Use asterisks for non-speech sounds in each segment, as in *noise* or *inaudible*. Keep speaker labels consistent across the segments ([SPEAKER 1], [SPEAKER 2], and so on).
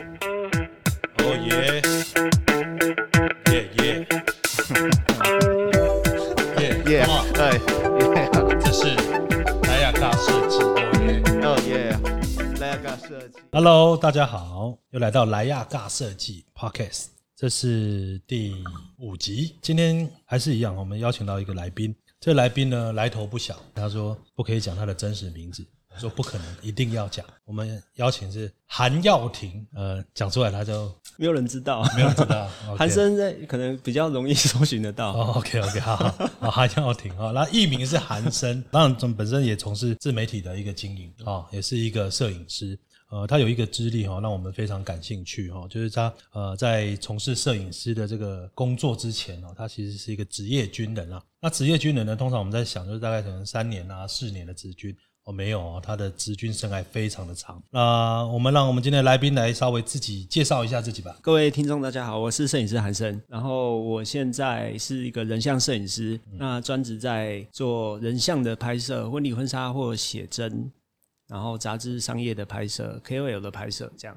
[SPEAKER 1] Oh yeah. Yeah, yeah. *laughs* yeah,
[SPEAKER 2] Yeah，
[SPEAKER 1] come on，
[SPEAKER 2] 对，Yeah，
[SPEAKER 1] 这是莱雅尬设计。Oh yeah
[SPEAKER 2] 哦 Yeah，来个设计。
[SPEAKER 1] Hello，大家好，又来到莱雅尬设计 Podcast，这是第五集。今天还是一样，我们邀请到一个来宾。这来宾呢来头不小，他说不可以讲他的真实名字，我说不可能，一定要讲。我们邀请是韩耀廷，呃，讲出来他就
[SPEAKER 3] 没有人知道，
[SPEAKER 1] 没有人知道。OK
[SPEAKER 3] 韩生在可能比较容易搜寻得到。
[SPEAKER 1] 哦，OK OK，好好，好韩耀廷啊，哦那艺名是韩生，当然从本身也从事自媒体的一个经营啊、哦，也是一个摄影师。呃，他有一个资历哈，让我们非常感兴趣哈、哦，就是他呃在从事摄影师的这个工作之前哦，他其实是一个职业军人啊。那职业军人呢，通常我们在想就是大概可能三年啊、四年的职军。哦，没有哦，他的职军生涯非常的长。那我们让我们今天的来宾来稍微自己介绍一下自己吧。
[SPEAKER 3] 各位听众，大家好，我是摄影师韩生，然后我现在是一个人像摄影师，
[SPEAKER 1] 嗯
[SPEAKER 3] 那专职在做人像的拍摄，婚礼婚纱或写真，然后杂志商业的拍摄，KOL 的拍摄，这样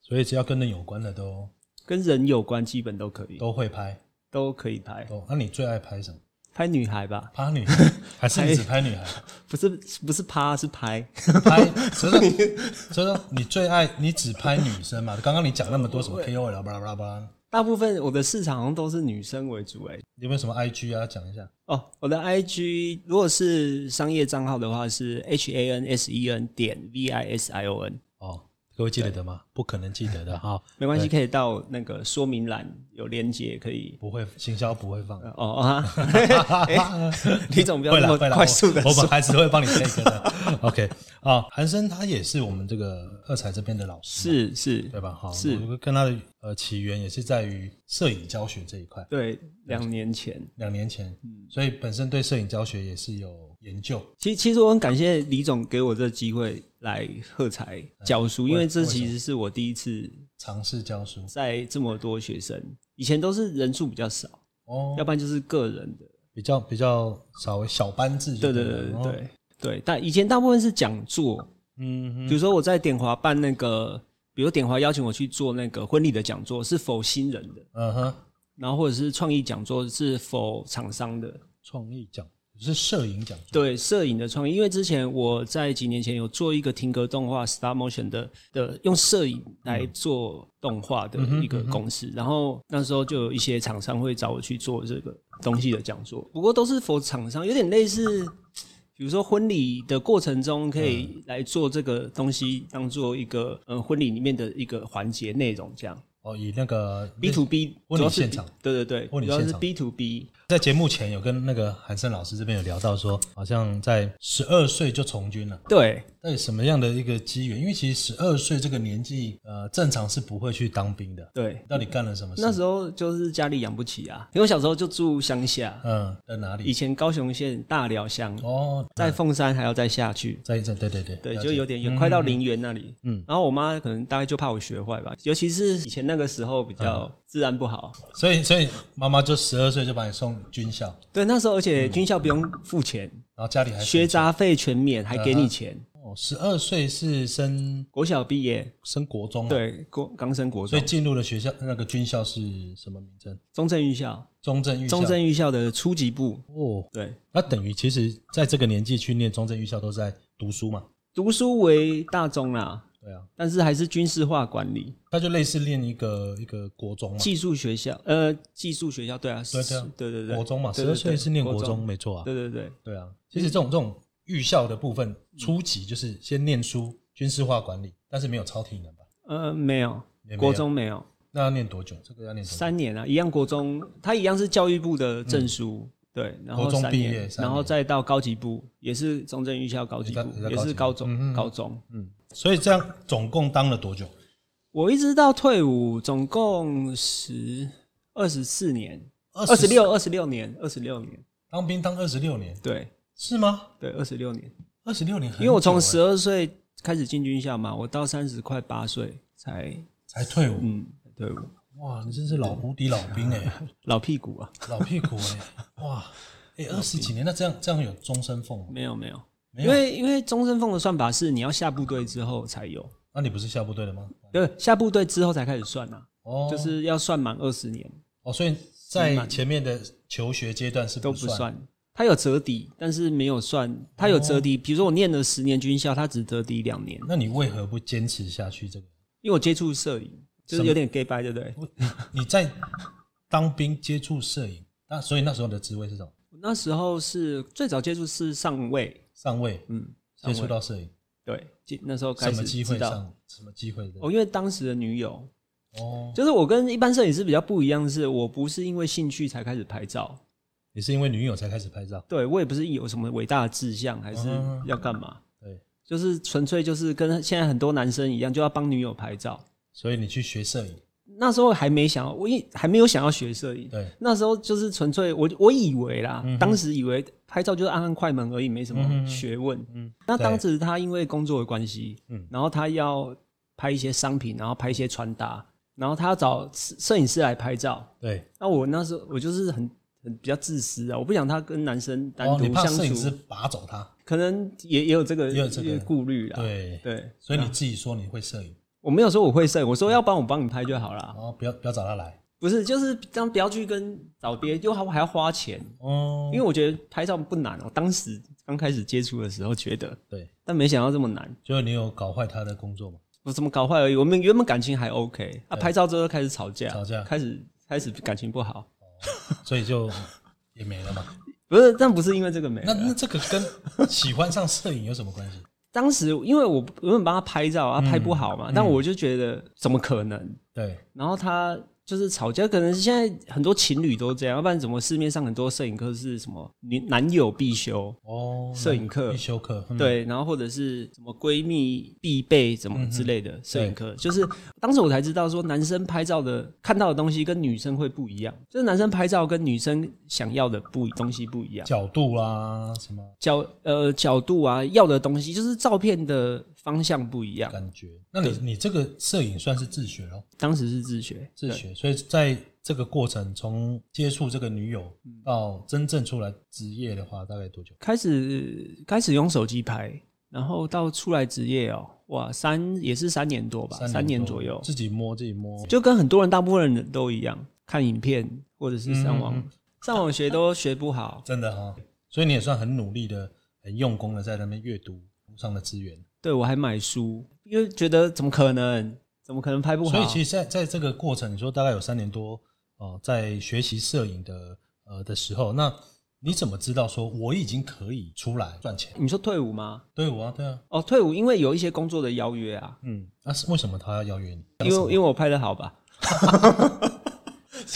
[SPEAKER 1] 所以只要跟人有关的都
[SPEAKER 3] 跟人有关，基本都可以，
[SPEAKER 1] 都会拍。
[SPEAKER 3] 都可以拍。
[SPEAKER 1] 哦，那你最爱拍什么？
[SPEAKER 3] 拍女孩吧，
[SPEAKER 1] 趴 *laughs* 女孩，还是你只拍女 *laughs* 孩？
[SPEAKER 3] 不是不是趴，是拍。
[SPEAKER 1] 拍，所以说，所以说你最爱你只拍女生嘛？刚刚你讲那么多什么 KOL 巴拉巴拉巴拉，
[SPEAKER 3] 大部分我的市场好像都是女生为主、欸，
[SPEAKER 1] 有没有什么 IG 啊？讲一下。
[SPEAKER 3] 哦，我的 IG 如果是商业账号的话是 H A N S E N 点 V I S I O N，
[SPEAKER 1] 哦，各位记得的吗？不可能记得 *laughs* 的哈，
[SPEAKER 3] 没关系，可以到那个说明栏有链接，可以。
[SPEAKER 1] 不会，行销不会 *laughs* 放。
[SPEAKER 3] 哦哦啊， *laughs*
[SPEAKER 1] *laughs*
[SPEAKER 3] 哎李总不要
[SPEAKER 1] 会
[SPEAKER 3] 那
[SPEAKER 1] 了
[SPEAKER 3] 么
[SPEAKER 1] 会了，
[SPEAKER 3] 快速的
[SPEAKER 1] 我我们
[SPEAKER 3] 说，
[SPEAKER 1] 还是会帮你 take 的。OK，啊， *laughs* 韩生他也是我们这个二彩这边的老师嘛，
[SPEAKER 3] 是是
[SPEAKER 1] 对吧？好，
[SPEAKER 3] 是
[SPEAKER 1] 我跟他的呃起源也是在于摄影教学这一块。
[SPEAKER 3] 对，两年前。
[SPEAKER 1] 两年前，所以本身对摄影教学也是有研究。
[SPEAKER 3] 其其实我很感谢李总给我这个机会来喝彩教书，因为这其实是我第一次
[SPEAKER 1] 尝试教书
[SPEAKER 3] 在这么多学生，以前都是人数比较少，
[SPEAKER 1] 哦
[SPEAKER 3] 要，不然就是个人的。
[SPEAKER 1] 比较比较稍微小班制就
[SPEAKER 3] 对
[SPEAKER 1] 了，
[SPEAKER 3] 对对对
[SPEAKER 1] 哦，
[SPEAKER 3] 对对，但以前大部分是讲座，
[SPEAKER 1] 嗯哼，
[SPEAKER 3] 比如说我在点华办那个，比如点华邀请我去做那个婚礼的讲座，是否新人的，
[SPEAKER 1] 嗯哼，
[SPEAKER 3] 然后或者是创意讲座是否厂商的，
[SPEAKER 1] 创意讲是摄影讲座，
[SPEAKER 3] 对，摄影的创意。因为之前我在几年前有做一个停格动画 Star Motion 的的用摄影来
[SPEAKER 1] 嗯
[SPEAKER 3] 做动画的一个公司，然后那时候就有一些厂商会找我去做这个东西的讲座，不过都是否厂商，有点类似。比如说婚礼的过程中，可
[SPEAKER 1] 嗯
[SPEAKER 3] 以来做这个东西，当做一个呃婚礼里面的一个环节内容，这样。
[SPEAKER 1] 哦，以那个
[SPEAKER 3] B to B
[SPEAKER 1] 婚
[SPEAKER 3] 主
[SPEAKER 1] 礼
[SPEAKER 3] 要是
[SPEAKER 1] 现
[SPEAKER 3] B-
[SPEAKER 1] 场。
[SPEAKER 3] 对对对，
[SPEAKER 1] 婚礼
[SPEAKER 3] 主要
[SPEAKER 1] 现
[SPEAKER 3] 是
[SPEAKER 1] 场
[SPEAKER 3] B to B，
[SPEAKER 1] 在节目前有跟那个韩胜老师这边有聊到说，好像在十二岁就从军了，
[SPEAKER 3] 对，
[SPEAKER 1] 那有什么样的一个机缘？因为其实十二岁这个年纪，呃，正常是不会去当兵的。
[SPEAKER 3] 对，
[SPEAKER 1] 到底干了什么事？
[SPEAKER 3] 那时候就是家里养不起啊，因为我小时候就住乡下，
[SPEAKER 1] 嗯，在哪
[SPEAKER 3] 以
[SPEAKER 1] 里？
[SPEAKER 3] 前高雄县大寮乡，
[SPEAKER 1] 哦，
[SPEAKER 3] 在凤山还要再下去，
[SPEAKER 1] 在在对对对，
[SPEAKER 3] 对，
[SPEAKER 1] 了
[SPEAKER 3] 就
[SPEAKER 1] 解
[SPEAKER 3] 有点远，快到陵园那里。
[SPEAKER 1] 嗯
[SPEAKER 3] 嗯，然后我妈可能大概就怕我学坏吧，尤其是以前那个时候比
[SPEAKER 1] 嗯
[SPEAKER 3] 较治安不好。
[SPEAKER 1] 所以，所以妈妈就十二岁就把你送军校，
[SPEAKER 3] 对，那时候而且军校不用付钱，
[SPEAKER 1] 然后家嗯里还嗯
[SPEAKER 3] 学杂费全免，还给你钱。
[SPEAKER 1] 哦十二岁是升
[SPEAKER 3] 国小毕业，
[SPEAKER 1] 升国中嘛，，
[SPEAKER 3] 对，国刚升国
[SPEAKER 1] 哦所
[SPEAKER 3] 中
[SPEAKER 1] 以，进入了学校那个军校是什么名称？
[SPEAKER 3] 中正预校，
[SPEAKER 1] 中正预校。
[SPEAKER 3] 中正预校的初级部，
[SPEAKER 1] 哦，
[SPEAKER 3] 对。
[SPEAKER 1] 那等于其实在这个年纪去念中正预校都是在读书嘛？
[SPEAKER 3] 读书为大宗啦，
[SPEAKER 1] 对啊，
[SPEAKER 3] 但是还是军事化管理，
[SPEAKER 1] 那就类似念一个一个国中嘛，
[SPEAKER 3] 技术学校，呃，技术学校，对啊，
[SPEAKER 1] 对啊
[SPEAKER 3] 是对对对，
[SPEAKER 1] 国中嘛，
[SPEAKER 3] 对
[SPEAKER 1] 十
[SPEAKER 3] 对
[SPEAKER 1] 二
[SPEAKER 3] 对
[SPEAKER 1] 岁是念国中，，没错啊。
[SPEAKER 3] 对对对，
[SPEAKER 1] 对啊，其实这种这种预校的部分，初级就是先念书，军事化管理，但是没有超体能吧？
[SPEAKER 3] 呃，没有
[SPEAKER 1] 也没，有嗯
[SPEAKER 3] 国中没有
[SPEAKER 1] 那要念多久？这个要念多久？
[SPEAKER 3] 三年啊，一样国中，它一样是教育部的证书，对，然
[SPEAKER 1] 嗯国
[SPEAKER 3] 后
[SPEAKER 1] 中
[SPEAKER 3] 三
[SPEAKER 1] 毕业
[SPEAKER 3] 年，
[SPEAKER 1] 三
[SPEAKER 3] 然后
[SPEAKER 1] 年
[SPEAKER 3] 再到高级部，也是中正预校高级
[SPEAKER 1] 也在
[SPEAKER 3] 部
[SPEAKER 1] 也在，
[SPEAKER 3] 也
[SPEAKER 1] 高级
[SPEAKER 3] 是
[SPEAKER 1] 部嗯
[SPEAKER 3] 高
[SPEAKER 1] 嗯嗯
[SPEAKER 3] 中，高中，
[SPEAKER 1] 所以这样总共当了多久？
[SPEAKER 3] 我一直到退伍，总共十二十四年，
[SPEAKER 1] 二
[SPEAKER 3] 二十六，二十六年，二十六年，
[SPEAKER 1] 当兵当二十六年，
[SPEAKER 3] 对
[SPEAKER 1] 是吗？
[SPEAKER 3] 对，二十六年。
[SPEAKER 1] 二十六年很久欸，
[SPEAKER 3] 因为我从十二岁开始进军校嘛，我到三十快八岁才
[SPEAKER 1] 才退伍，
[SPEAKER 3] 嗯退伍，
[SPEAKER 1] 哇，你真是老无敌老兵哎、
[SPEAKER 3] 老屁股啊，
[SPEAKER 1] 老屁股哎、哇，哎、二十几年，那这样这样有终身俸吗？
[SPEAKER 3] 没有没有，
[SPEAKER 1] 没
[SPEAKER 3] 因
[SPEAKER 1] 有
[SPEAKER 3] 为因为终身俸的算法是你要下部队之后才有，
[SPEAKER 1] 那啊你不是下部队的吗？
[SPEAKER 3] 对，下部队之后才开始算啊，
[SPEAKER 1] 哦，
[SPEAKER 3] 就是要算满二十年
[SPEAKER 1] 哦，所以在前面的求学阶段是
[SPEAKER 3] 都不
[SPEAKER 1] 不算
[SPEAKER 3] 算。它有折抵，但是没有算，它有折抵。比如说我念了十年军校，它只折抵两年，
[SPEAKER 1] 那你为何不坚持下去？这个
[SPEAKER 3] 因为我接触摄影，就是有点 gay bye，对不对？
[SPEAKER 1] 不你你在当兵接触摄影，那所以那时候你的职位是什么？
[SPEAKER 3] 那时候是最早接触是上位，
[SPEAKER 1] 上尉
[SPEAKER 3] 嗯，上
[SPEAKER 1] 接
[SPEAKER 3] 尉
[SPEAKER 1] 触到摄影，
[SPEAKER 3] 对，接那时候开
[SPEAKER 1] 什么
[SPEAKER 3] 始
[SPEAKER 1] 机会
[SPEAKER 3] 知道。
[SPEAKER 1] 上？什么机会的？
[SPEAKER 3] 哦，因为当时的女友，
[SPEAKER 1] 哦，
[SPEAKER 3] 就是我跟一般摄影师比较不一样的是，我不是因为兴趣才开始拍照，
[SPEAKER 1] 你是因为女友才开始拍照？
[SPEAKER 3] 对我也不是有什么伟大的志向，还是
[SPEAKER 1] 嗯
[SPEAKER 3] 要干嘛，
[SPEAKER 1] 对，
[SPEAKER 3] 就是纯粹就是跟现在很多男生一样，就要帮女友拍照。
[SPEAKER 1] 所以你去学摄影，
[SPEAKER 3] 那时候还没想要，我一还没有想要学摄影。
[SPEAKER 1] 对，嗯
[SPEAKER 3] 那时候就是纯粹我我以为啦，当时以为拍照就是按按快门而已，没什么学问。嗯，那当时他因为工作的关系，嗯，然后他要拍一些商品，然后拍一些穿搭，然后他要找摄摄影师来拍照。
[SPEAKER 1] 对，
[SPEAKER 3] 那我那时候我就是很很比较自私啊，我不想他跟男生单
[SPEAKER 1] 哦，你
[SPEAKER 3] 独
[SPEAKER 1] 怕
[SPEAKER 3] 相
[SPEAKER 1] 摄影
[SPEAKER 3] 处，
[SPEAKER 1] 师拔走他，
[SPEAKER 3] 可能也也有这个
[SPEAKER 1] 也有这个
[SPEAKER 3] 顾虑啦。
[SPEAKER 1] 对，啊
[SPEAKER 3] 对，啊
[SPEAKER 1] 所以你嗯自己说你会摄影，
[SPEAKER 3] 我没有说我会摄影，我说要帮我帮你拍就好啦。
[SPEAKER 1] 然后不要不要找他来，
[SPEAKER 3] 不是，就是这样，不要去跟找别人，又还还要花钱，
[SPEAKER 1] 哦
[SPEAKER 3] 因，为我觉得拍照不难。我当时刚开始接触的时候觉得，
[SPEAKER 1] 对，
[SPEAKER 3] 但没想到这么难。
[SPEAKER 1] 就是你有搞坏他的工作嘛？
[SPEAKER 3] 我怎么搞坏而已？我们原本感情还 OK，啊，拍照之后开始吵架，
[SPEAKER 1] 吵架
[SPEAKER 3] 开始开始感情不好。
[SPEAKER 1] 所以就也没了 *laughs* 嘛。
[SPEAKER 3] 不是，但不是因为这个没
[SPEAKER 1] 哎那
[SPEAKER 3] 了。
[SPEAKER 1] 那这个跟喜欢上摄影有什么关系？
[SPEAKER 3] 当时因为我原本帮他拍照
[SPEAKER 1] 嗯
[SPEAKER 3] 啊，拍不好嘛，但我就觉得怎么可能？
[SPEAKER 1] 对，
[SPEAKER 3] 然后他就是吵架，可能现在很多情侣都这样，要不然怎么市面上很多摄影课是什么女男友必修？
[SPEAKER 1] 哦，
[SPEAKER 3] 摄影课
[SPEAKER 1] 必修课，嗯，
[SPEAKER 3] 对，然后或者是什么闺蜜必备什么之类的摄影课，就是当时我才知道说，男生拍照的看到的东西跟女生会不一样，就是男生拍照跟女生想要的不东西不一样，
[SPEAKER 1] 角度啦，什么
[SPEAKER 3] 角呃角度啊要的东西就是照片的方向不一样。
[SPEAKER 1] 感觉？那你你这个摄影算是自学咯，
[SPEAKER 3] 当时是自学，
[SPEAKER 1] 自学，所以在这个过程，从接触这个女友
[SPEAKER 3] 嗯
[SPEAKER 1] 到真正出来职业的话，大概多久？
[SPEAKER 3] 开始开始用手机拍，然后到出来职业哦，哇，三也是三年多吧，三年左右，
[SPEAKER 1] 自己摸自己摸，
[SPEAKER 3] 就跟很多人大部分人都一样，看影片或者是上
[SPEAKER 1] 嗯
[SPEAKER 3] 网，上网学都学不好。
[SPEAKER 1] 真的哈、所以你也算很努力的、很用功的在那边阅读网上的资源。
[SPEAKER 3] 对我还买书，因为觉得怎么可能，怎么可能拍不好？
[SPEAKER 1] 所以其实在在这个过程，你说大概有三年多哦、在学习摄影的呃的时候，那你怎么知道说我已经可以出来赚钱？
[SPEAKER 3] 你说退伍吗？
[SPEAKER 1] 对我啊，对啊，
[SPEAKER 3] 哦，退伍，因为有一些工作的邀约啊，
[SPEAKER 1] 嗯，那、是为什么他要邀约你？
[SPEAKER 3] 因为因为我拍的好吧，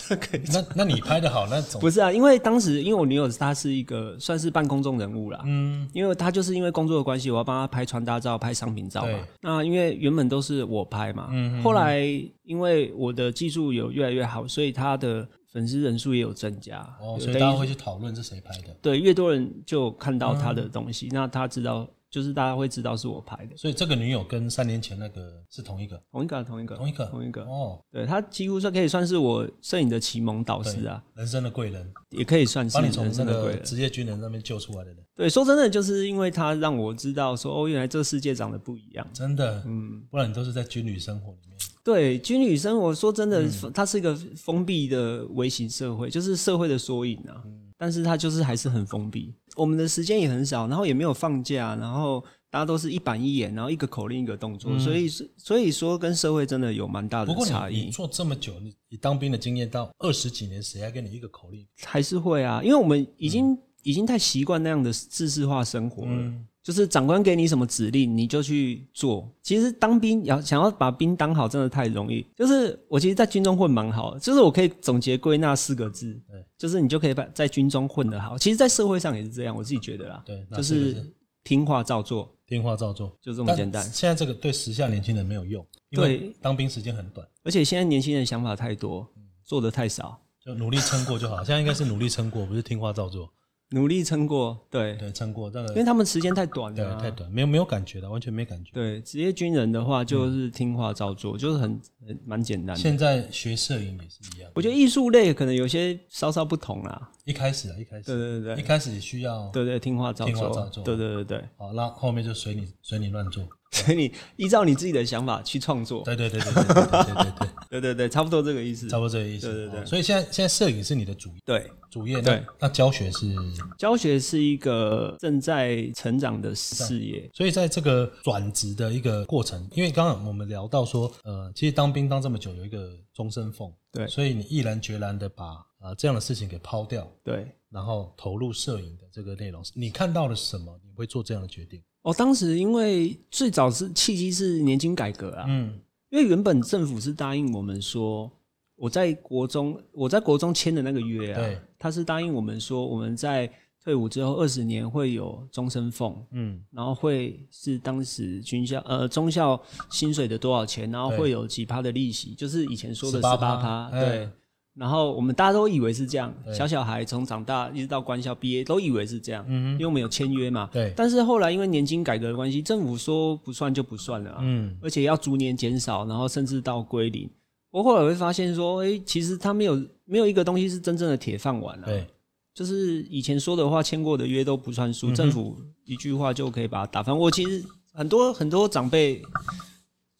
[SPEAKER 3] 这可以。
[SPEAKER 1] 那那你拍的好，那总
[SPEAKER 3] 不是啊，因为当时因为我女友她是一个算是半公众人物啦，
[SPEAKER 1] 嗯，
[SPEAKER 3] 因为他就是因为工作的关系，我要帮他拍穿搭照、拍商品照
[SPEAKER 1] 对嗯
[SPEAKER 3] 嘛。那因为原本都是我拍嘛，后来因为我的技术有越来越好，所以他的粉丝人数也有增加。
[SPEAKER 1] 哦，
[SPEAKER 3] 有
[SPEAKER 1] 所以
[SPEAKER 3] 等于
[SPEAKER 1] 大家会去讨论是谁拍的。
[SPEAKER 3] 对越多人就看到他
[SPEAKER 1] 嗯
[SPEAKER 3] 的东西，那他知道就是大家会知道是我拍的，
[SPEAKER 1] 所以这个女友跟三年前那个是同一个，
[SPEAKER 3] 同一个啊同一个
[SPEAKER 1] 同一个，
[SPEAKER 3] 同一个。啊
[SPEAKER 1] 哦，
[SPEAKER 3] 对他几乎算可以算是我摄影的启蒙导师啊，
[SPEAKER 1] 人生的贵人，
[SPEAKER 3] 也可以算是
[SPEAKER 1] 把你从
[SPEAKER 3] 人
[SPEAKER 1] 那
[SPEAKER 3] 生的贵
[SPEAKER 1] 个
[SPEAKER 3] 人。
[SPEAKER 1] 职业军人那边救出来的人，
[SPEAKER 3] 对，说真的，就是因为他让我知道说，哦，原来这世界长得不一样。
[SPEAKER 1] 真的，嗯，不然你都是在军旅生活里面。
[SPEAKER 3] 对，军旅生活说真的，
[SPEAKER 1] 嗯
[SPEAKER 3] 它是一个封闭的微型社会，就是社会的缩影啊。
[SPEAKER 1] 嗯
[SPEAKER 3] 但是它就是还是很封闭，我们的时间也很少，然后也没有放假，然后大家都是一板一眼，然后一个口令一个动作，所以是所以说跟社会真的有蛮大的
[SPEAKER 1] 嗯不过
[SPEAKER 3] 差
[SPEAKER 1] 你
[SPEAKER 3] 异
[SPEAKER 1] 你，做这么久，你你当兵的经验到二十几年，谁还给你一个口令？
[SPEAKER 3] 还是会啊，因为我们已
[SPEAKER 1] 嗯
[SPEAKER 3] 经、已经太习惯那样的自式化生活了。就是长官给你什么指令，你就去做。其实当兵要想要把兵当好，真的太容易。就是我其实，在军中混蛮好的，就是我可以总结归纳四个字，就是你就可以把在军中混得好。其实，在社会上也是这样，我自己觉得啦，
[SPEAKER 1] 对哪
[SPEAKER 3] 就
[SPEAKER 1] 四个
[SPEAKER 3] 是听话照做，
[SPEAKER 1] 听话照做，
[SPEAKER 3] 就这么简单
[SPEAKER 1] 但。现在这个对时下年轻人没有用，因为
[SPEAKER 3] 对
[SPEAKER 1] 当兵时间很短，
[SPEAKER 3] 而且现在年轻人想法太多，
[SPEAKER 1] 嗯
[SPEAKER 3] 做的太少，
[SPEAKER 1] 就努力撑过就
[SPEAKER 3] *laughs*
[SPEAKER 1] 好。现在应该是努力撑过，不是听话照做。
[SPEAKER 3] 努力撑过，对，
[SPEAKER 1] 对，撑过这
[SPEAKER 3] 因为
[SPEAKER 1] 个
[SPEAKER 3] 他们时间太短
[SPEAKER 1] 对
[SPEAKER 3] 了、啊，
[SPEAKER 1] 太短，没有没有感觉的，完全没感觉。
[SPEAKER 3] 对，职业军人的话就是听话照做，就是很很蛮简单的。
[SPEAKER 1] 嗯现在学摄影也是一样，
[SPEAKER 3] 我觉得艺术类可能有些稍稍不同啦。
[SPEAKER 1] 一开始啊，一开
[SPEAKER 3] 对
[SPEAKER 1] 始，
[SPEAKER 3] 对对
[SPEAKER 1] 一
[SPEAKER 3] 对
[SPEAKER 1] 开始也需要，哦
[SPEAKER 3] 对对，听话照
[SPEAKER 1] 听话照
[SPEAKER 3] 做，
[SPEAKER 1] 做
[SPEAKER 3] 对对对对。 *laughs*
[SPEAKER 1] 好，那后面就随你随你乱做。
[SPEAKER 3] 所以你依照你自己的想法去创作，
[SPEAKER 1] 对对对对对对对对对，
[SPEAKER 3] 对对对，差不多这个意思。
[SPEAKER 1] 差不多这个意思。哦
[SPEAKER 3] 对对对
[SPEAKER 1] 所以现在现在摄影是你的主
[SPEAKER 3] 对，
[SPEAKER 1] 主业，那
[SPEAKER 3] 对
[SPEAKER 1] 那教学是，
[SPEAKER 3] 教学是一个正在成长的
[SPEAKER 1] 啊
[SPEAKER 3] 事业。
[SPEAKER 1] 所以在这个转职的一个过程，因为刚刚我们聊到说，呃，其实当兵当这么久有一个终身俸，
[SPEAKER 3] 对
[SPEAKER 1] 所以你毅然决然的把呃这样的事情给抛掉，
[SPEAKER 3] 对，
[SPEAKER 1] 然后投入摄影的这个内容，你看到了什么？你会做这样的决定？
[SPEAKER 3] 哦，当时因为最早是契机是年金改革啊，
[SPEAKER 1] 嗯，
[SPEAKER 3] 因为原本政府是答应我们说，我在国中我在国中签的那个约
[SPEAKER 1] 对
[SPEAKER 3] 啊，他是答应我们说我们在退伍之后二十年会有终身俸，
[SPEAKER 1] 嗯，
[SPEAKER 3] 然后会是当时军校呃中校薪水的多少钱，然后
[SPEAKER 1] 对
[SPEAKER 3] 会有几趴的利息，就是以前说的十
[SPEAKER 1] 18%
[SPEAKER 3] 八趴，
[SPEAKER 1] 哎
[SPEAKER 3] 对。然后我们大家都以为是这样
[SPEAKER 1] 对，
[SPEAKER 3] 小小孩从长大一直到官校毕业都以为是这样，
[SPEAKER 1] 嗯哼
[SPEAKER 3] 因为我们有签约嘛。
[SPEAKER 1] 对
[SPEAKER 3] 但是后来因为年金改革的关系，政府说不算就不算了啊，
[SPEAKER 1] 嗯，
[SPEAKER 3] 而且要逐年减少，然后甚至到归零。我后来会发现说，哎，其实它没有没有一个东西是真正的铁饭碗啊。
[SPEAKER 1] 对，
[SPEAKER 3] 就是以前说的话、签过的约都不算数，
[SPEAKER 1] 嗯哼
[SPEAKER 3] 政府一句话就可以把它打翻。我其实很多很多长辈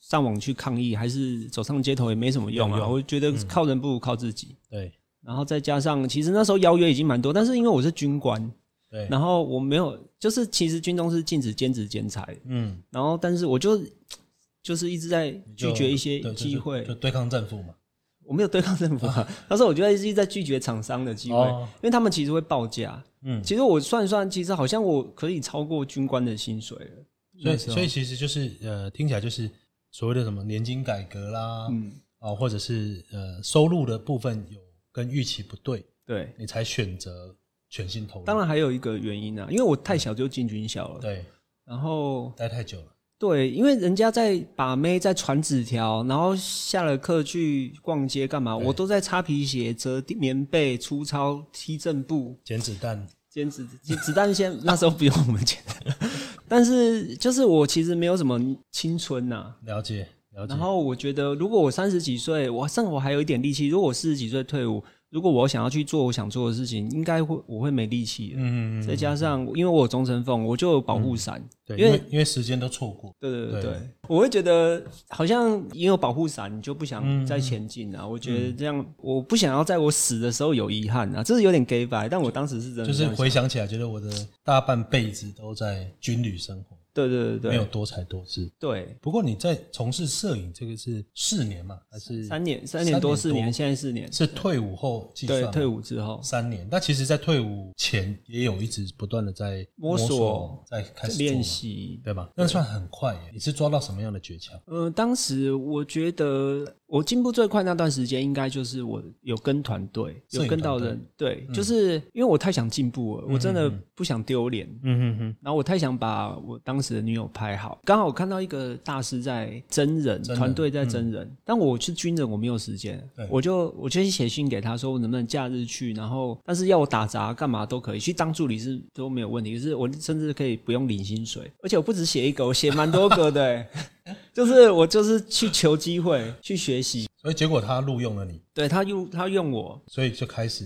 [SPEAKER 3] 上网去抗议，还是走上街头也没什么用
[SPEAKER 1] 没
[SPEAKER 3] 啊。
[SPEAKER 1] 有用嗯
[SPEAKER 3] 我觉得靠人不如靠自己。
[SPEAKER 1] 对，
[SPEAKER 3] 然后再加上，其实那时候邀约已经蛮多，但是因为我是军官，
[SPEAKER 1] 对，
[SPEAKER 3] 然后我没有，就是其实军中是禁止兼职兼差的，
[SPEAKER 1] 嗯，
[SPEAKER 3] 然后但是我就就是一直在拒绝一些
[SPEAKER 1] 就对就是
[SPEAKER 3] 机会
[SPEAKER 1] 就，对抗政府嘛。
[SPEAKER 3] 我没有对抗政府啊，那时候我就一直在拒绝厂商的机会，
[SPEAKER 1] 哦
[SPEAKER 3] 因为他们其实会报价。
[SPEAKER 1] 嗯，
[SPEAKER 3] 其实我算一算，其实好像我可以超过军官的薪水了。
[SPEAKER 1] 所以
[SPEAKER 3] 那时候
[SPEAKER 1] 所以其实就是呃，听起来就是所谓的什么年金改革啦，
[SPEAKER 3] 嗯，
[SPEAKER 1] 啊，或者是呃收入的部分有跟预期不对，
[SPEAKER 3] 对，
[SPEAKER 1] 你才选择全心投入。
[SPEAKER 3] 当然还有一个原因啊，因为我太小就进军校了。
[SPEAKER 1] 对，
[SPEAKER 3] 然后
[SPEAKER 1] 待太久了，
[SPEAKER 3] 对，因为人家在把妹，在传纸条，然后下了课去逛街干嘛，
[SPEAKER 1] 对
[SPEAKER 3] 我都在擦皮鞋、折棉被、粗糙、踢正步。
[SPEAKER 1] 捡子弹，
[SPEAKER 3] 兼职子子弹先那时候不用我们捡，但是就是我其实没有什么青春呐、
[SPEAKER 1] 了解了解
[SPEAKER 3] 然。后我觉得，如果我三十几岁，我生活还有一点力气；如果我四十几岁退伍，如果我想要去做我想做的事情，应该会我会没力气的。
[SPEAKER 1] 嗯，
[SPEAKER 3] 再加上因为我有终身俸，我就有保护伞。
[SPEAKER 1] 对，因
[SPEAKER 3] 因为
[SPEAKER 1] 为因为时间都错过，
[SPEAKER 3] 对对
[SPEAKER 1] 对
[SPEAKER 3] 对对，我会觉得好像你有保护伞，你就不想
[SPEAKER 1] 嗯
[SPEAKER 3] 再前进啊。我觉得这样，我不想要在我死的时候有遗憾啊。这是有点 gay 白，但我当时是真的
[SPEAKER 1] 就是
[SPEAKER 3] 这样
[SPEAKER 1] 回想起来，觉得我的大半辈子都在军旅生活，
[SPEAKER 3] 对对
[SPEAKER 1] 没
[SPEAKER 3] 对
[SPEAKER 1] 有
[SPEAKER 3] 对
[SPEAKER 1] 多才多姿。
[SPEAKER 3] 对。
[SPEAKER 1] 不过你在从事摄影这个是四年嘛，还是
[SPEAKER 3] 三年，三
[SPEAKER 1] 三
[SPEAKER 3] 年多
[SPEAKER 1] 年
[SPEAKER 3] 四
[SPEAKER 1] 多
[SPEAKER 3] 年，现在四年，
[SPEAKER 1] 是退伍后计算啊
[SPEAKER 3] 对
[SPEAKER 1] 吗？，
[SPEAKER 3] 退伍之后
[SPEAKER 1] 三年。那其实，在退伍前也有一直不断的在
[SPEAKER 3] 摸
[SPEAKER 1] 索，
[SPEAKER 3] 索
[SPEAKER 1] 在开始做嘛
[SPEAKER 3] 练，习。
[SPEAKER 1] 对吧？那算很快耶。你是抓到什么样的诀窍？
[SPEAKER 3] 呃，当时我觉得我进步最快那段时间，应该就是我有跟团队，
[SPEAKER 1] 摄
[SPEAKER 3] 有
[SPEAKER 1] 影
[SPEAKER 3] 跟到
[SPEAKER 1] 团队嗯
[SPEAKER 3] 人，对，就是因为我太想进步了，我真的不想丢脸，
[SPEAKER 1] 嗯哼哼，
[SPEAKER 3] 然后我太想把我当时的女友拍好。刚好我看到一个大师在真人
[SPEAKER 1] 真人嗯
[SPEAKER 3] 团队在真人，但我是军人，我没有时间
[SPEAKER 1] 对，
[SPEAKER 3] 我就我就写信给他说，我能不能假日去？然后但是要我打杂干嘛都可以，去当助理是都没有问题，就是我甚至可以不用领薪水，而且我不止写一个，我写蛮多个的、欸 *laughs* 就是我就是去求机会去学习。
[SPEAKER 1] 所以结果他录用了你，
[SPEAKER 3] 对他用他用我，
[SPEAKER 1] 所以就开始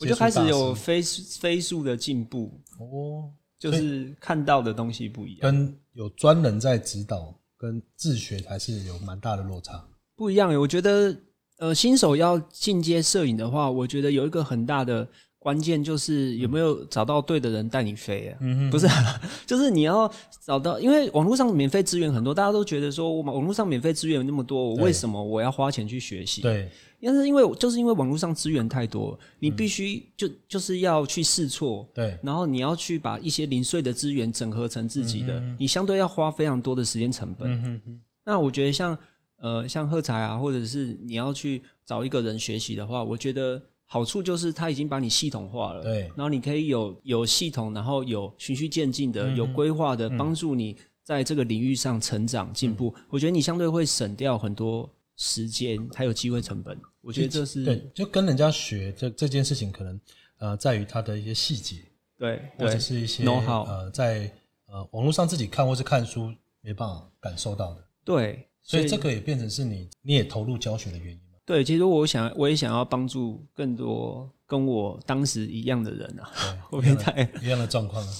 [SPEAKER 3] 我
[SPEAKER 1] 接
[SPEAKER 3] 就
[SPEAKER 1] 触大
[SPEAKER 3] 开
[SPEAKER 1] 师，
[SPEAKER 3] 始有飞速飞速的进步，
[SPEAKER 1] 哦，
[SPEAKER 3] 就是看到的东西不一样。
[SPEAKER 1] 跟有专人在指导跟自学还是有蛮大的落差。
[SPEAKER 3] 不一样耶。我觉得，呃，新手要进阶摄影的话，我觉得有一个很大的关键就是有没有找到对的人带你飞、啊。
[SPEAKER 1] 嗯哼，
[SPEAKER 3] 不是啊， *laughs* 就是你要找到，因为网络上免费资源很多，大家都觉得说，我网络上免费资源有那么多，我
[SPEAKER 1] 对
[SPEAKER 3] 为什么我要花钱去学习？，
[SPEAKER 1] 对，
[SPEAKER 3] 但是因为就是因为网络上资源太多，你
[SPEAKER 1] 嗯
[SPEAKER 3] 必须就就是要去试错，
[SPEAKER 1] 对，
[SPEAKER 3] 然后你要去把一些零碎的资源整合成自己的，你相对要花非常多的时间成本。
[SPEAKER 1] 嗯哼哼，
[SPEAKER 3] 那我觉得像呃像喝彩啊，或者是你要去找一个人学习的话，我觉得好处就是他已经把你系统化了，
[SPEAKER 1] 对
[SPEAKER 3] 然后你可以有有系统，然后有循序渐进
[SPEAKER 1] 嗯
[SPEAKER 3] 的、有规划的，帮助你在这个领域上成长进步。
[SPEAKER 1] 嗯
[SPEAKER 3] 我觉得你相对会省掉很多时间，还有机会成本。我觉得这是
[SPEAKER 1] 嗯对，就跟人家学这这件事情，可能呃在于它的一些细节，
[SPEAKER 3] 对
[SPEAKER 1] 或者
[SPEAKER 3] 对
[SPEAKER 1] 是一些
[SPEAKER 3] know how
[SPEAKER 1] 呃在呃网络上自己看或是看书没办法感受到的，
[SPEAKER 3] 对，
[SPEAKER 1] 所
[SPEAKER 3] 所
[SPEAKER 1] 以
[SPEAKER 3] 以
[SPEAKER 1] 这个也变成是你你也投入教学的原因
[SPEAKER 3] *laughs*
[SPEAKER 1] 嘛。
[SPEAKER 3] 对，其实我想我也想要帮助
[SPEAKER 1] *laughs* 嗯
[SPEAKER 3] 更多跟我当时一样的人啊，会不会太
[SPEAKER 1] 一样的状况啊，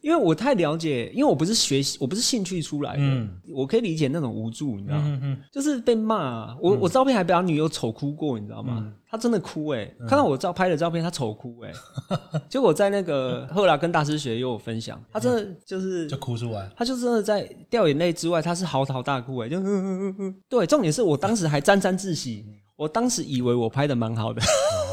[SPEAKER 3] 因为我太了解，因为我不是学习，我不是兴趣出来的，
[SPEAKER 1] 嗯
[SPEAKER 3] 我可以理解那种无助，你知道吗？
[SPEAKER 1] 嗯嗯
[SPEAKER 3] 就是被骂啊、我、我照片还被他女友丑哭过，你知道吗？
[SPEAKER 1] 嗯
[SPEAKER 3] 她真的哭哎、看到我照拍的照片，她丑
[SPEAKER 1] *laughs*
[SPEAKER 3] 哭哎、结果在那个赫拉跟大师学也有分享，她真的就是
[SPEAKER 1] 嗯，就哭出来。
[SPEAKER 3] 他就真的在掉眼泪之外，他是嚎啕大哭哎、就嗯 *laughs* 嗯嗯嗯，对，重点是我当时还沾沾自喜，我当时以为我拍的蛮好的，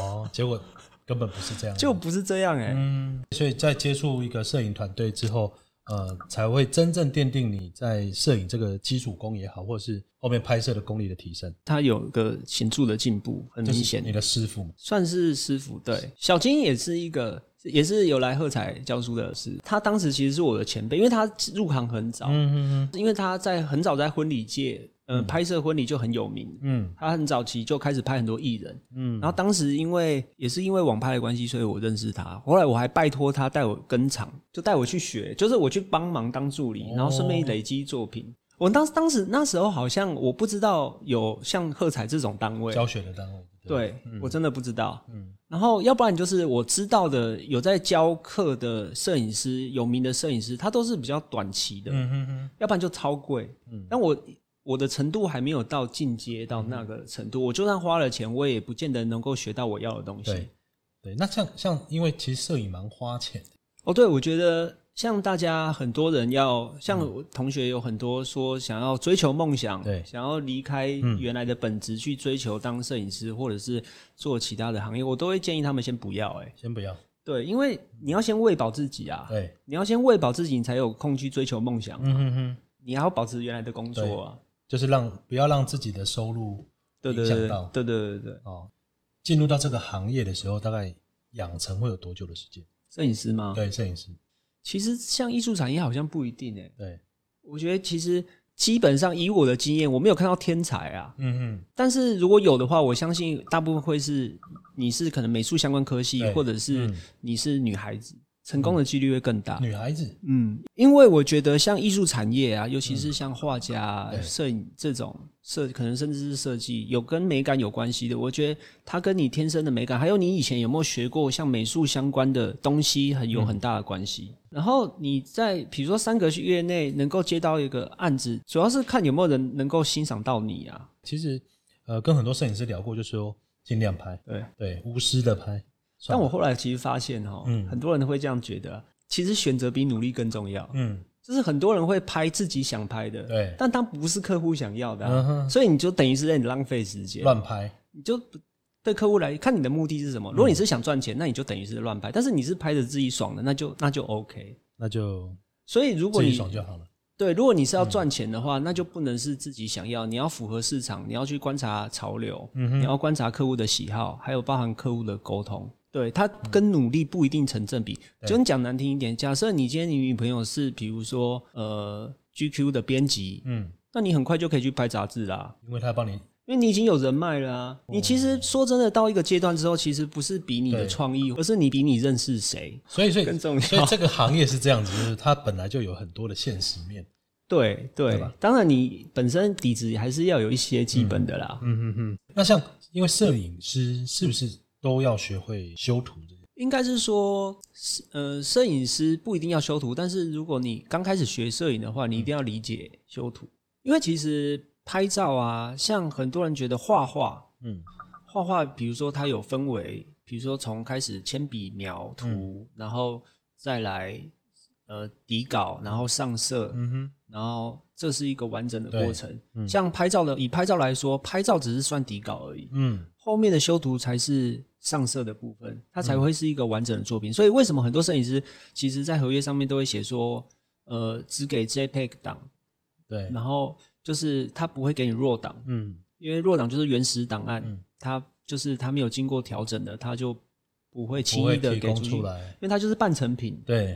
[SPEAKER 1] 哦，结果根本不是这样。
[SPEAKER 3] 就不是这样哎、
[SPEAKER 1] 嗯，所以在接触一个摄影团队之后，呃，才会真正奠定你在摄影这个基础功也好，或者是后面拍摄的功力的提升，
[SPEAKER 3] 他有个显著的进步，很
[SPEAKER 1] 就
[SPEAKER 3] 明
[SPEAKER 1] 是嗯
[SPEAKER 3] 显，
[SPEAKER 1] 你的师傅嘛。
[SPEAKER 3] 算是师傅。对，小金也是一个，也是有来喝彩教书的师，他当时其实是我的前辈，因为他入行很早，
[SPEAKER 1] 嗯嗯
[SPEAKER 3] 因为他在很早在婚礼界，呃，拍摄婚礼就很有名，
[SPEAKER 1] 嗯
[SPEAKER 3] 他很早期就开始拍很多艺人，
[SPEAKER 1] 嗯
[SPEAKER 3] 嗯，然后当时因为也是因为网拍的关系，所以我认识他。后来我还拜托他带我跟场，就带我去学，就是我去帮忙当助理，然后顺便累积作品。我当当时那时候好像我不知道有像喝彩这种单位
[SPEAKER 1] 嗯，，教学的单位。不，
[SPEAKER 3] 对、我真的不知道。嗯，然后要不然就是我知道的有在教课的摄影师，有名的摄影师，他都是比较短期的，
[SPEAKER 1] 嗯嗯嗯，
[SPEAKER 3] 要不然就超贵。嗯，但我我的程度还没有到进阶到那个程
[SPEAKER 1] 嗯
[SPEAKER 3] 度，我就算花了钱，我也不见得能够学到我要的东西
[SPEAKER 1] 对。对。那像像，因为其实摄影蛮花钱的，
[SPEAKER 3] 哦，对，我觉得像大家很多人要，像我同学有很多说想要追求梦想，
[SPEAKER 1] 嗯对
[SPEAKER 3] 想要离开原来的本职去追求当摄影师或者是做其他的行业，我都会建议他们先不要、欸。哎，
[SPEAKER 1] 先不要。
[SPEAKER 3] 对，因为你要先喂饱自己啊，
[SPEAKER 1] 对，
[SPEAKER 3] 你要先喂饱自己，你才有空去追求梦想，
[SPEAKER 1] 嗯嗯嗯，
[SPEAKER 3] 你还要保持原来的工作啊。
[SPEAKER 1] 就是让不要让自己的收入
[SPEAKER 3] 对对
[SPEAKER 1] 影
[SPEAKER 3] 对
[SPEAKER 1] 响
[SPEAKER 3] 对
[SPEAKER 1] 到
[SPEAKER 3] 对对对对，
[SPEAKER 1] 哦。进入到这个行业的时候，大概养成会有多久的时间？
[SPEAKER 3] 摄影师吗？
[SPEAKER 1] 对，摄影师，
[SPEAKER 3] 其实像艺术产业好像不一定诶、
[SPEAKER 1] 对，
[SPEAKER 3] 我觉得其实基本上以我的经验，我没有看到天才啊。
[SPEAKER 1] 嗯嗯，
[SPEAKER 3] 但是如果有的话，我相信大部分会是你是可能美术相关科系
[SPEAKER 1] 对，
[SPEAKER 3] 或者是
[SPEAKER 1] 嗯
[SPEAKER 3] 你是女孩子，成功的几率会更大。
[SPEAKER 1] 女孩子，
[SPEAKER 3] 嗯，因为我觉得像艺术产业啊，尤其是像画家啊、
[SPEAKER 1] 嗯对
[SPEAKER 3] 摄、影这种设，可能甚至是设计，有跟美感有关系的，我觉得它跟你天生的美感，还有你以前有没有学过像美术相关的东西，很有很大的关
[SPEAKER 1] 嗯
[SPEAKER 3] 系。然后你在比如说三个月内能够接到一个案子，主要是看有没有人能够欣赏到你啊。
[SPEAKER 1] 其实呃，跟很多摄影师聊过，就说尽量拍，
[SPEAKER 3] 对，
[SPEAKER 1] 对，无私的拍。算
[SPEAKER 3] 但
[SPEAKER 1] 了
[SPEAKER 3] 我后来其实发现哈、
[SPEAKER 1] 嗯
[SPEAKER 3] 很多人会这样觉得，其实选择比努力更重要。
[SPEAKER 1] 嗯，
[SPEAKER 3] 就是很多人会拍自己想拍的，
[SPEAKER 1] 对
[SPEAKER 3] 但他不是客户想要的啊、
[SPEAKER 1] 嗯哼
[SPEAKER 3] 所以你就等于是在你浪费时间，
[SPEAKER 1] 乱嗯拍，
[SPEAKER 3] 你就不对客户来看你的目的是什么。如果你是想赚钱，那你就等于是乱拍；但是你是拍着自己爽的，那就那就 OK。
[SPEAKER 1] 那就
[SPEAKER 3] 所以如果
[SPEAKER 1] 自己
[SPEAKER 3] 你
[SPEAKER 1] 爽就好了。
[SPEAKER 3] 对，如果你
[SPEAKER 1] 嗯
[SPEAKER 3] 是要赚钱的话，那就不能是自己想要，你要符合市场，你要去观察潮流，
[SPEAKER 1] 嗯
[SPEAKER 3] 你要观察客户的喜好，还有包含客户的沟通。对，它跟努力不一定成正比。
[SPEAKER 1] 嗯
[SPEAKER 3] 就你讲难听一点，假设你今天你女朋友是比如说呃 GQ 的编辑，
[SPEAKER 1] 嗯，
[SPEAKER 3] 那你很快就可以去拍杂志啦。
[SPEAKER 1] 因为他帮你，
[SPEAKER 3] 因为你已经有人脉了啊，你其实说真的，到一个阶段之后，其实不是比你的
[SPEAKER 1] 哦对
[SPEAKER 3] 创意，而是你比你认识谁。
[SPEAKER 1] 所以所以
[SPEAKER 3] 更重要
[SPEAKER 1] 所以这个行业是这样子，就是它本来就有很多的现实面。
[SPEAKER 3] 对对，
[SPEAKER 1] 吧
[SPEAKER 3] 当然你本身底子还是要有一些基本的啦。
[SPEAKER 1] 嗯嗯嗯。那像因为摄影师是不是都要学会修图这些？
[SPEAKER 3] 应该是说，是呃，摄影师不一定要修图，但是如果你刚开始学摄影的话，你一定要理解修图，因为其实拍照啊，像很多人觉得画画，
[SPEAKER 1] 嗯，
[SPEAKER 3] 画画，比如说它有分为，比如说从开始铅笔描
[SPEAKER 1] 嗯
[SPEAKER 3] 图，然后再来呃底稿，然后上色，
[SPEAKER 1] 嗯哼，
[SPEAKER 3] 然后这是一个完整的
[SPEAKER 1] 对嗯
[SPEAKER 3] 过程。像拍照的，以拍照来说，拍照只是算底稿而已，
[SPEAKER 1] 嗯，
[SPEAKER 3] 后面的修图才是上色的部分，它
[SPEAKER 1] 嗯
[SPEAKER 3] 才会是一个完整的作品。所以为什么很多摄影师其实在合约上面都会写说，呃，只给 JPEG 档，
[SPEAKER 1] 对，
[SPEAKER 3] 然后就是他不会给你 RAW 档，
[SPEAKER 1] 嗯
[SPEAKER 3] 因为 RAW 档就是原始档案，
[SPEAKER 1] 嗯
[SPEAKER 3] 它就是它没有经过调整的，它就不会轻
[SPEAKER 1] 不会
[SPEAKER 3] 易的
[SPEAKER 1] 提
[SPEAKER 3] 给
[SPEAKER 1] 供
[SPEAKER 3] 出去
[SPEAKER 1] 出，来。
[SPEAKER 3] 因为它就是半成品，
[SPEAKER 1] 对，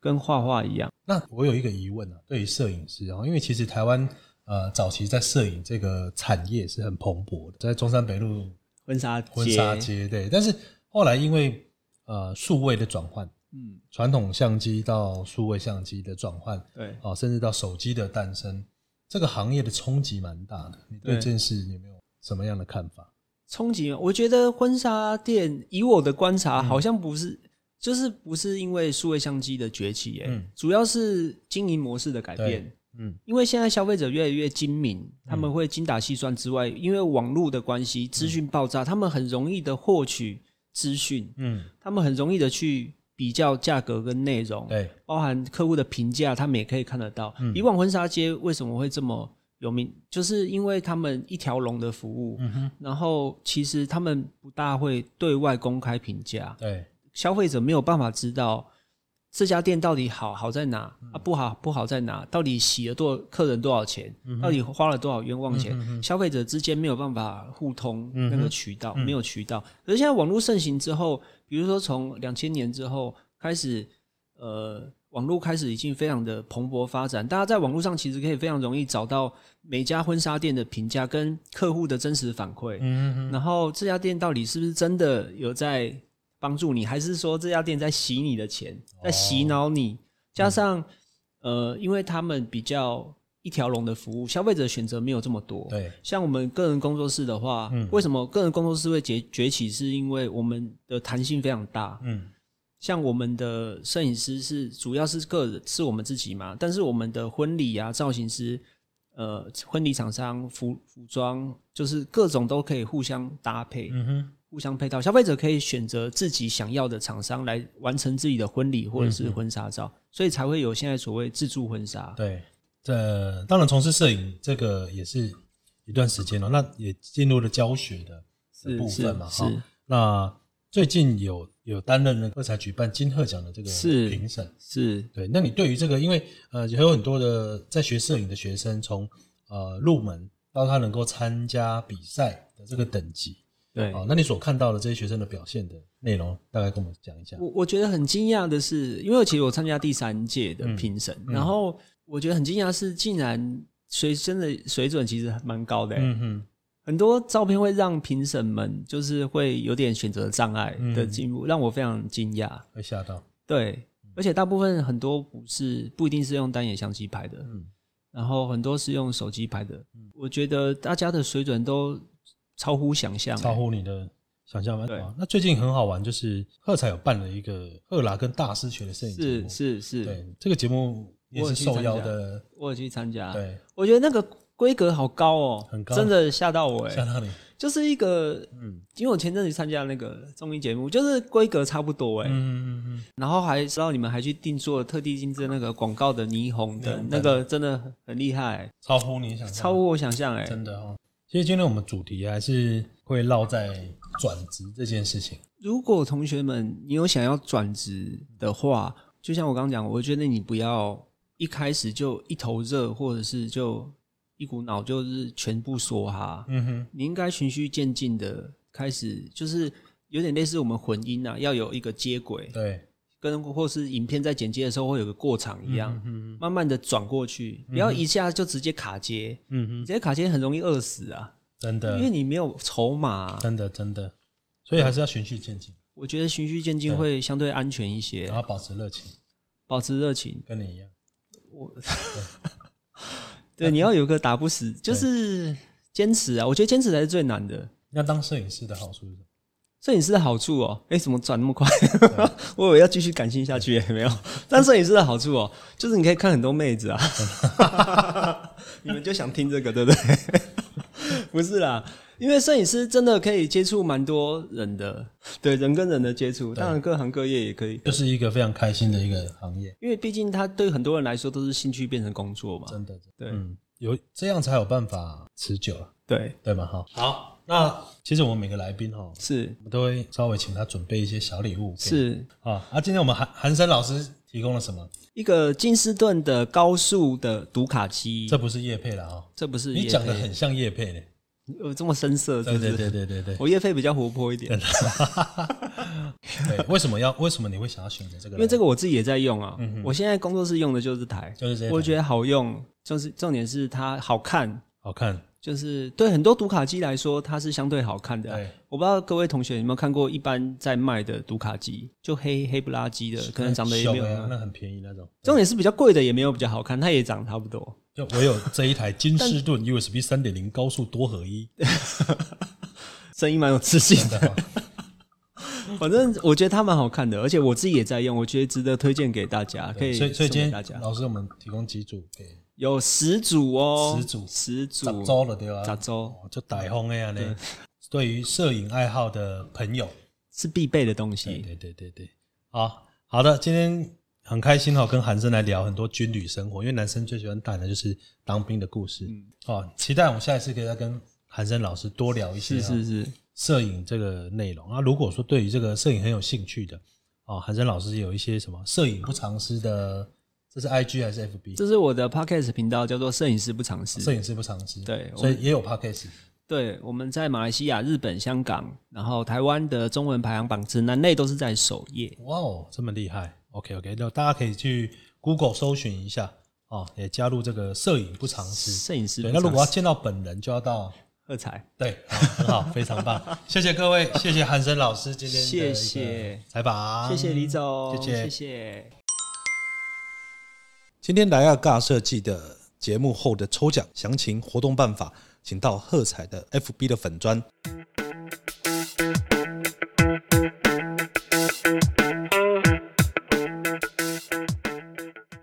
[SPEAKER 3] 跟画画一样。
[SPEAKER 1] 那我有一个疑问啊，对于摄影师啊，因为其实台湾呃早期在摄影这个产业是很蓬勃的，在中山北路
[SPEAKER 3] 婚纱
[SPEAKER 1] 婚纱街对，但是后来因为呃数位的转换，
[SPEAKER 3] 嗯，
[SPEAKER 1] 传统相机到数位相机的转换
[SPEAKER 3] 对。
[SPEAKER 1] 啊，甚至到手机的诞生，这个行业的冲击蛮大的。你对
[SPEAKER 3] 对
[SPEAKER 1] 这件事有没有什么样的看法？嗯
[SPEAKER 3] 冲击吗，我觉得婚纱店以我的观察，好像不是就是不是因为数位相机的崛起耶、
[SPEAKER 1] 嗯
[SPEAKER 3] 主要是经营模式的改变
[SPEAKER 1] 对。
[SPEAKER 3] 嗯，因为现在消费者越来越精明，他
[SPEAKER 1] 嗯
[SPEAKER 3] 们会精打细算之外，因为网络的关系，资讯爆炸，他们很容易的获取资讯，
[SPEAKER 1] 嗯，
[SPEAKER 3] 他们很容易的去比较价格跟内容，
[SPEAKER 1] 对，
[SPEAKER 3] 包含客户的评价，他们也可以看得到。以往婚纱街为什么会这么有名，就是因为他们一条龙的服务，然后其实他们不大会对外公开评价，
[SPEAKER 1] 对，
[SPEAKER 3] 消费者没有办法知道这家店到底好好在哪、啊，不好不好在哪，到底洗了多少客人多少钱，到底花了多少冤枉钱，消费者之间没有办法互通那个渠道，没有渠道。可是现在网络盛行之后，比如说从两千年之后开始，呃。网络开始已经非常的蓬勃发展，大家在网络上其实可以非常容易找到每家婚纱店的评价跟客户的真实反馈。
[SPEAKER 1] 嗯嗯
[SPEAKER 3] 然后这家店到底是不是真的有在帮助你，还是说这家店在洗你的钱，在洗脑你？加上、呃，因为他们比较一条龙的服务，消费者选择没有这么多
[SPEAKER 1] 嗯，。对，
[SPEAKER 3] 像我们个人工作室的话，
[SPEAKER 1] 嗯
[SPEAKER 3] 为什么个人工作室会崛崛起？是因为我们的弹性非常大。
[SPEAKER 1] 嗯
[SPEAKER 3] 像我们的摄影师是主要是个人，是我们自己嘛，但是我们的婚礼啊、造型师、呃、婚礼厂商、服服装，就是各种都可以互相搭配、
[SPEAKER 1] 嗯哼，
[SPEAKER 3] 互相配套。消费者可以选择自己想要的厂商来完成自己的婚礼或者
[SPEAKER 1] 嗯
[SPEAKER 3] 是婚纱照，所以才会有现在所谓自助婚纱。
[SPEAKER 1] 对，这当然从事摄影这个也是一段时间了，那也进入了教学的的部分嘛，
[SPEAKER 3] 是
[SPEAKER 1] 哈
[SPEAKER 3] 是。
[SPEAKER 1] 那最近有有担任了二才举办金鹤奖的这个
[SPEAKER 3] 是
[SPEAKER 1] 评审，
[SPEAKER 3] 是，
[SPEAKER 1] 对，那你对于这个，因为呃，也有很多的在学摄影的学生从呃入门到他能够参加比赛的这个等级
[SPEAKER 3] 对。
[SPEAKER 1] 啊、那你所看到的这些学生的表现的内容，大概跟我们讲一下。
[SPEAKER 3] 我我觉得很惊讶的是，因为其实我参加第三届
[SPEAKER 1] 嗯
[SPEAKER 3] 的评审，然后我觉得很惊讶的是，竟然学生的水准其实蛮高的欸、
[SPEAKER 1] 嗯哼，
[SPEAKER 3] 很多照片会让评审们就是会有点选择障碍
[SPEAKER 1] 嗯
[SPEAKER 3] 的进步，让我非常惊讶。
[SPEAKER 1] 会吓到。
[SPEAKER 3] 对，
[SPEAKER 1] 嗯
[SPEAKER 3] 而且大部分很多不是不一定是用单眼相机拍的，
[SPEAKER 1] 嗯
[SPEAKER 3] 然后很多是用手机拍的。我觉得大家的水准都超乎想象欸、
[SPEAKER 1] 超乎你的想象吗？
[SPEAKER 3] 对
[SPEAKER 1] 哦那最近很好玩，就是赫彩有办了一个赫拉跟大师学的摄影节
[SPEAKER 3] 欸是
[SPEAKER 1] 目，
[SPEAKER 3] 是是，
[SPEAKER 1] 对这个节目也
[SPEAKER 3] 我有
[SPEAKER 1] 是
[SPEAKER 3] 去
[SPEAKER 1] 受
[SPEAKER 3] 参
[SPEAKER 1] 邀
[SPEAKER 3] 加
[SPEAKER 1] 的，
[SPEAKER 3] 我有去参加。啊
[SPEAKER 1] 对，
[SPEAKER 3] 我觉得那个规格好高哦，
[SPEAKER 1] 很高
[SPEAKER 3] 真的吓到我哎、
[SPEAKER 1] 吓到你，
[SPEAKER 3] 就是一个，嗯，因为我前阵子参加那个综艺节目，就是规格差不多哎、
[SPEAKER 1] 嗯嗯嗯
[SPEAKER 3] 然后还知道你们还去定做特地定制那个广告的霓虹灯，那个真的很厉害、
[SPEAKER 1] 超乎你想象，
[SPEAKER 3] 超乎我想象哎、
[SPEAKER 1] 真的哦。其实今天我们主题还是会绕在转职这件事情，
[SPEAKER 3] 如果同学们你有想要转职的话，就像我刚刚讲，我觉得你不要一开始就一头热，或者是就一股脑就是全部梭哈，
[SPEAKER 1] 嗯哼，
[SPEAKER 3] 你应该循序渐进的开始，就是有点类似我们混音啊，要有一个接轨，
[SPEAKER 1] 对，
[SPEAKER 3] 跟或是影片在剪接的时候会有个过场一样，慢慢的转过去，不要一下就直接卡接，
[SPEAKER 1] 嗯哼，
[SPEAKER 3] 你直接卡接很容易饿死啊，
[SPEAKER 1] 真的
[SPEAKER 3] 因为，你没有筹码啊、
[SPEAKER 1] 真的，真的，所以还是要循序渐进，
[SPEAKER 3] 我觉得循序渐进会相对安全一些
[SPEAKER 1] 然，后保持热情，
[SPEAKER 3] 保持热情。
[SPEAKER 1] 跟你一样，
[SPEAKER 3] 对，你要有个打不死，就是坚持啊！我觉得坚持才是最难的。
[SPEAKER 1] 那当摄影师的好处是什么？
[SPEAKER 3] 摄影师的好处哦，哎，怎么转那么快？ *laughs* 我以为要继续感性下去， *laughs* 没有。但摄影师的好处哦，就是你可以看很多妹子啊。
[SPEAKER 1] *laughs*
[SPEAKER 3] 你们就想听这个，对不对？ *laughs* 不是啦，因为摄影师真的可以接触蛮多人的，对人跟人的接触，当然各行各业也可以，
[SPEAKER 1] 就是一个非常开心的一个行业，
[SPEAKER 3] 因为毕竟他对很多人来说都是兴趣变成工作嘛。
[SPEAKER 1] 真的，
[SPEAKER 3] 对、
[SPEAKER 1] 嗯，有这样才有办法持久啊。
[SPEAKER 3] 对，
[SPEAKER 1] 对嘛哈。好，那其实我们每个来宾哈，我
[SPEAKER 3] 是
[SPEAKER 1] 们都会稍微请他准备一些小礼物给你。
[SPEAKER 3] 是
[SPEAKER 1] 啊啊，今天我们韩韩生老师提供了什么？
[SPEAKER 3] 一个金斯顿的高速的读卡机，
[SPEAKER 1] 这
[SPEAKER 3] 这
[SPEAKER 1] 不是叶配了啊，
[SPEAKER 3] 这不是
[SPEAKER 1] 你
[SPEAKER 3] 业
[SPEAKER 1] 讲的
[SPEAKER 3] 配
[SPEAKER 1] 很像叶配嘞。
[SPEAKER 3] 有这么深色，是
[SPEAKER 1] 对
[SPEAKER 3] 不是
[SPEAKER 1] 对对对对对。
[SPEAKER 3] 我业费比较活泼一点，
[SPEAKER 1] 对，为什么要为什么你会想要选择这个？
[SPEAKER 3] 因为这个我自己也在用啊。
[SPEAKER 1] 嗯
[SPEAKER 3] 我现在工作室用的就是台，
[SPEAKER 1] 就是这一台
[SPEAKER 3] 我觉得好用，就是重点是它好看，
[SPEAKER 1] 好看，
[SPEAKER 3] 就是对很多读卡机来说，它是相对好看的啊、
[SPEAKER 1] 对
[SPEAKER 3] 我不知道各位同学有没有看过一般在卖的读卡机，就黑黑不拉几的，可能长得也没有
[SPEAKER 1] 小的啊
[SPEAKER 3] 很。
[SPEAKER 1] 那很便宜那种。
[SPEAKER 3] 重点是比较贵的也没有比较好看，它也长得差不多。
[SPEAKER 1] 就我有这一台金士顿 USB 三点零高速多合一，
[SPEAKER 3] 声音蛮有磁性
[SPEAKER 1] 真
[SPEAKER 3] 的，
[SPEAKER 1] 的哈
[SPEAKER 3] 反正我觉得它蛮好看的，而且我自己也在用，我觉得值得推荐给大家， *laughs* 可
[SPEAKER 1] 对所以所以
[SPEAKER 3] 送给
[SPEAKER 1] 今
[SPEAKER 3] 大
[SPEAKER 1] 天
[SPEAKER 3] 家。
[SPEAKER 1] 老师我们提供几组给
[SPEAKER 3] 有十组哦，
[SPEAKER 1] 十组
[SPEAKER 3] 十
[SPEAKER 1] 杂
[SPEAKER 3] 组，
[SPEAKER 1] 州了对吧？
[SPEAKER 3] 杂州
[SPEAKER 1] 哦就逮风的样呢。对于摄影爱好的朋友，哎
[SPEAKER 3] 是必备的东
[SPEAKER 1] 对啊
[SPEAKER 3] 西。
[SPEAKER 1] 对对对对，好好的，今天很开心哈、哦，跟韩生来聊很多军旅生活，因为男生最喜欢谈的就是当兵的故事。
[SPEAKER 3] 嗯
[SPEAKER 1] 哦，期待我们下一次可以再跟韩生老师多聊一些、哦。
[SPEAKER 3] 是是是，
[SPEAKER 1] 摄影这个内容啊。如果说对于这个摄影很有兴趣的哦，韩生老师也有一些什么摄影不常失的，这是 I G 还是 F B？
[SPEAKER 3] 这是我的 podcast 频道，叫做“摄影师不尝试”。
[SPEAKER 1] 摄影师不常失，
[SPEAKER 3] 对我
[SPEAKER 1] 所以也有 podcast
[SPEAKER 3] 对，我们在马来西亚、日本、香港，然后台湾的中文排行榜指南内都是在首页。
[SPEAKER 1] 哇哦，这么厉害！OK OK，那大家可以去 Google 搜寻一下哦，也加入这个摄影不常失。
[SPEAKER 3] 摄影师
[SPEAKER 1] 对，
[SPEAKER 3] 不
[SPEAKER 1] 那
[SPEAKER 3] 常
[SPEAKER 1] 如果要
[SPEAKER 3] 试
[SPEAKER 1] 见到本人，就要到
[SPEAKER 3] 喝彩，
[SPEAKER 1] 对，好很
[SPEAKER 3] *laughs*
[SPEAKER 1] 好，非常棒，谢谢各位，谢谢韩生老师今天的一个
[SPEAKER 3] 谢谢
[SPEAKER 1] 采访，
[SPEAKER 3] 谢谢李总，
[SPEAKER 1] 啊谢谢
[SPEAKER 3] 谢谢。
[SPEAKER 4] 今天来亚尬设计的节目后的抽奖详情活动办法，请到喝彩的 FB 的粉砖。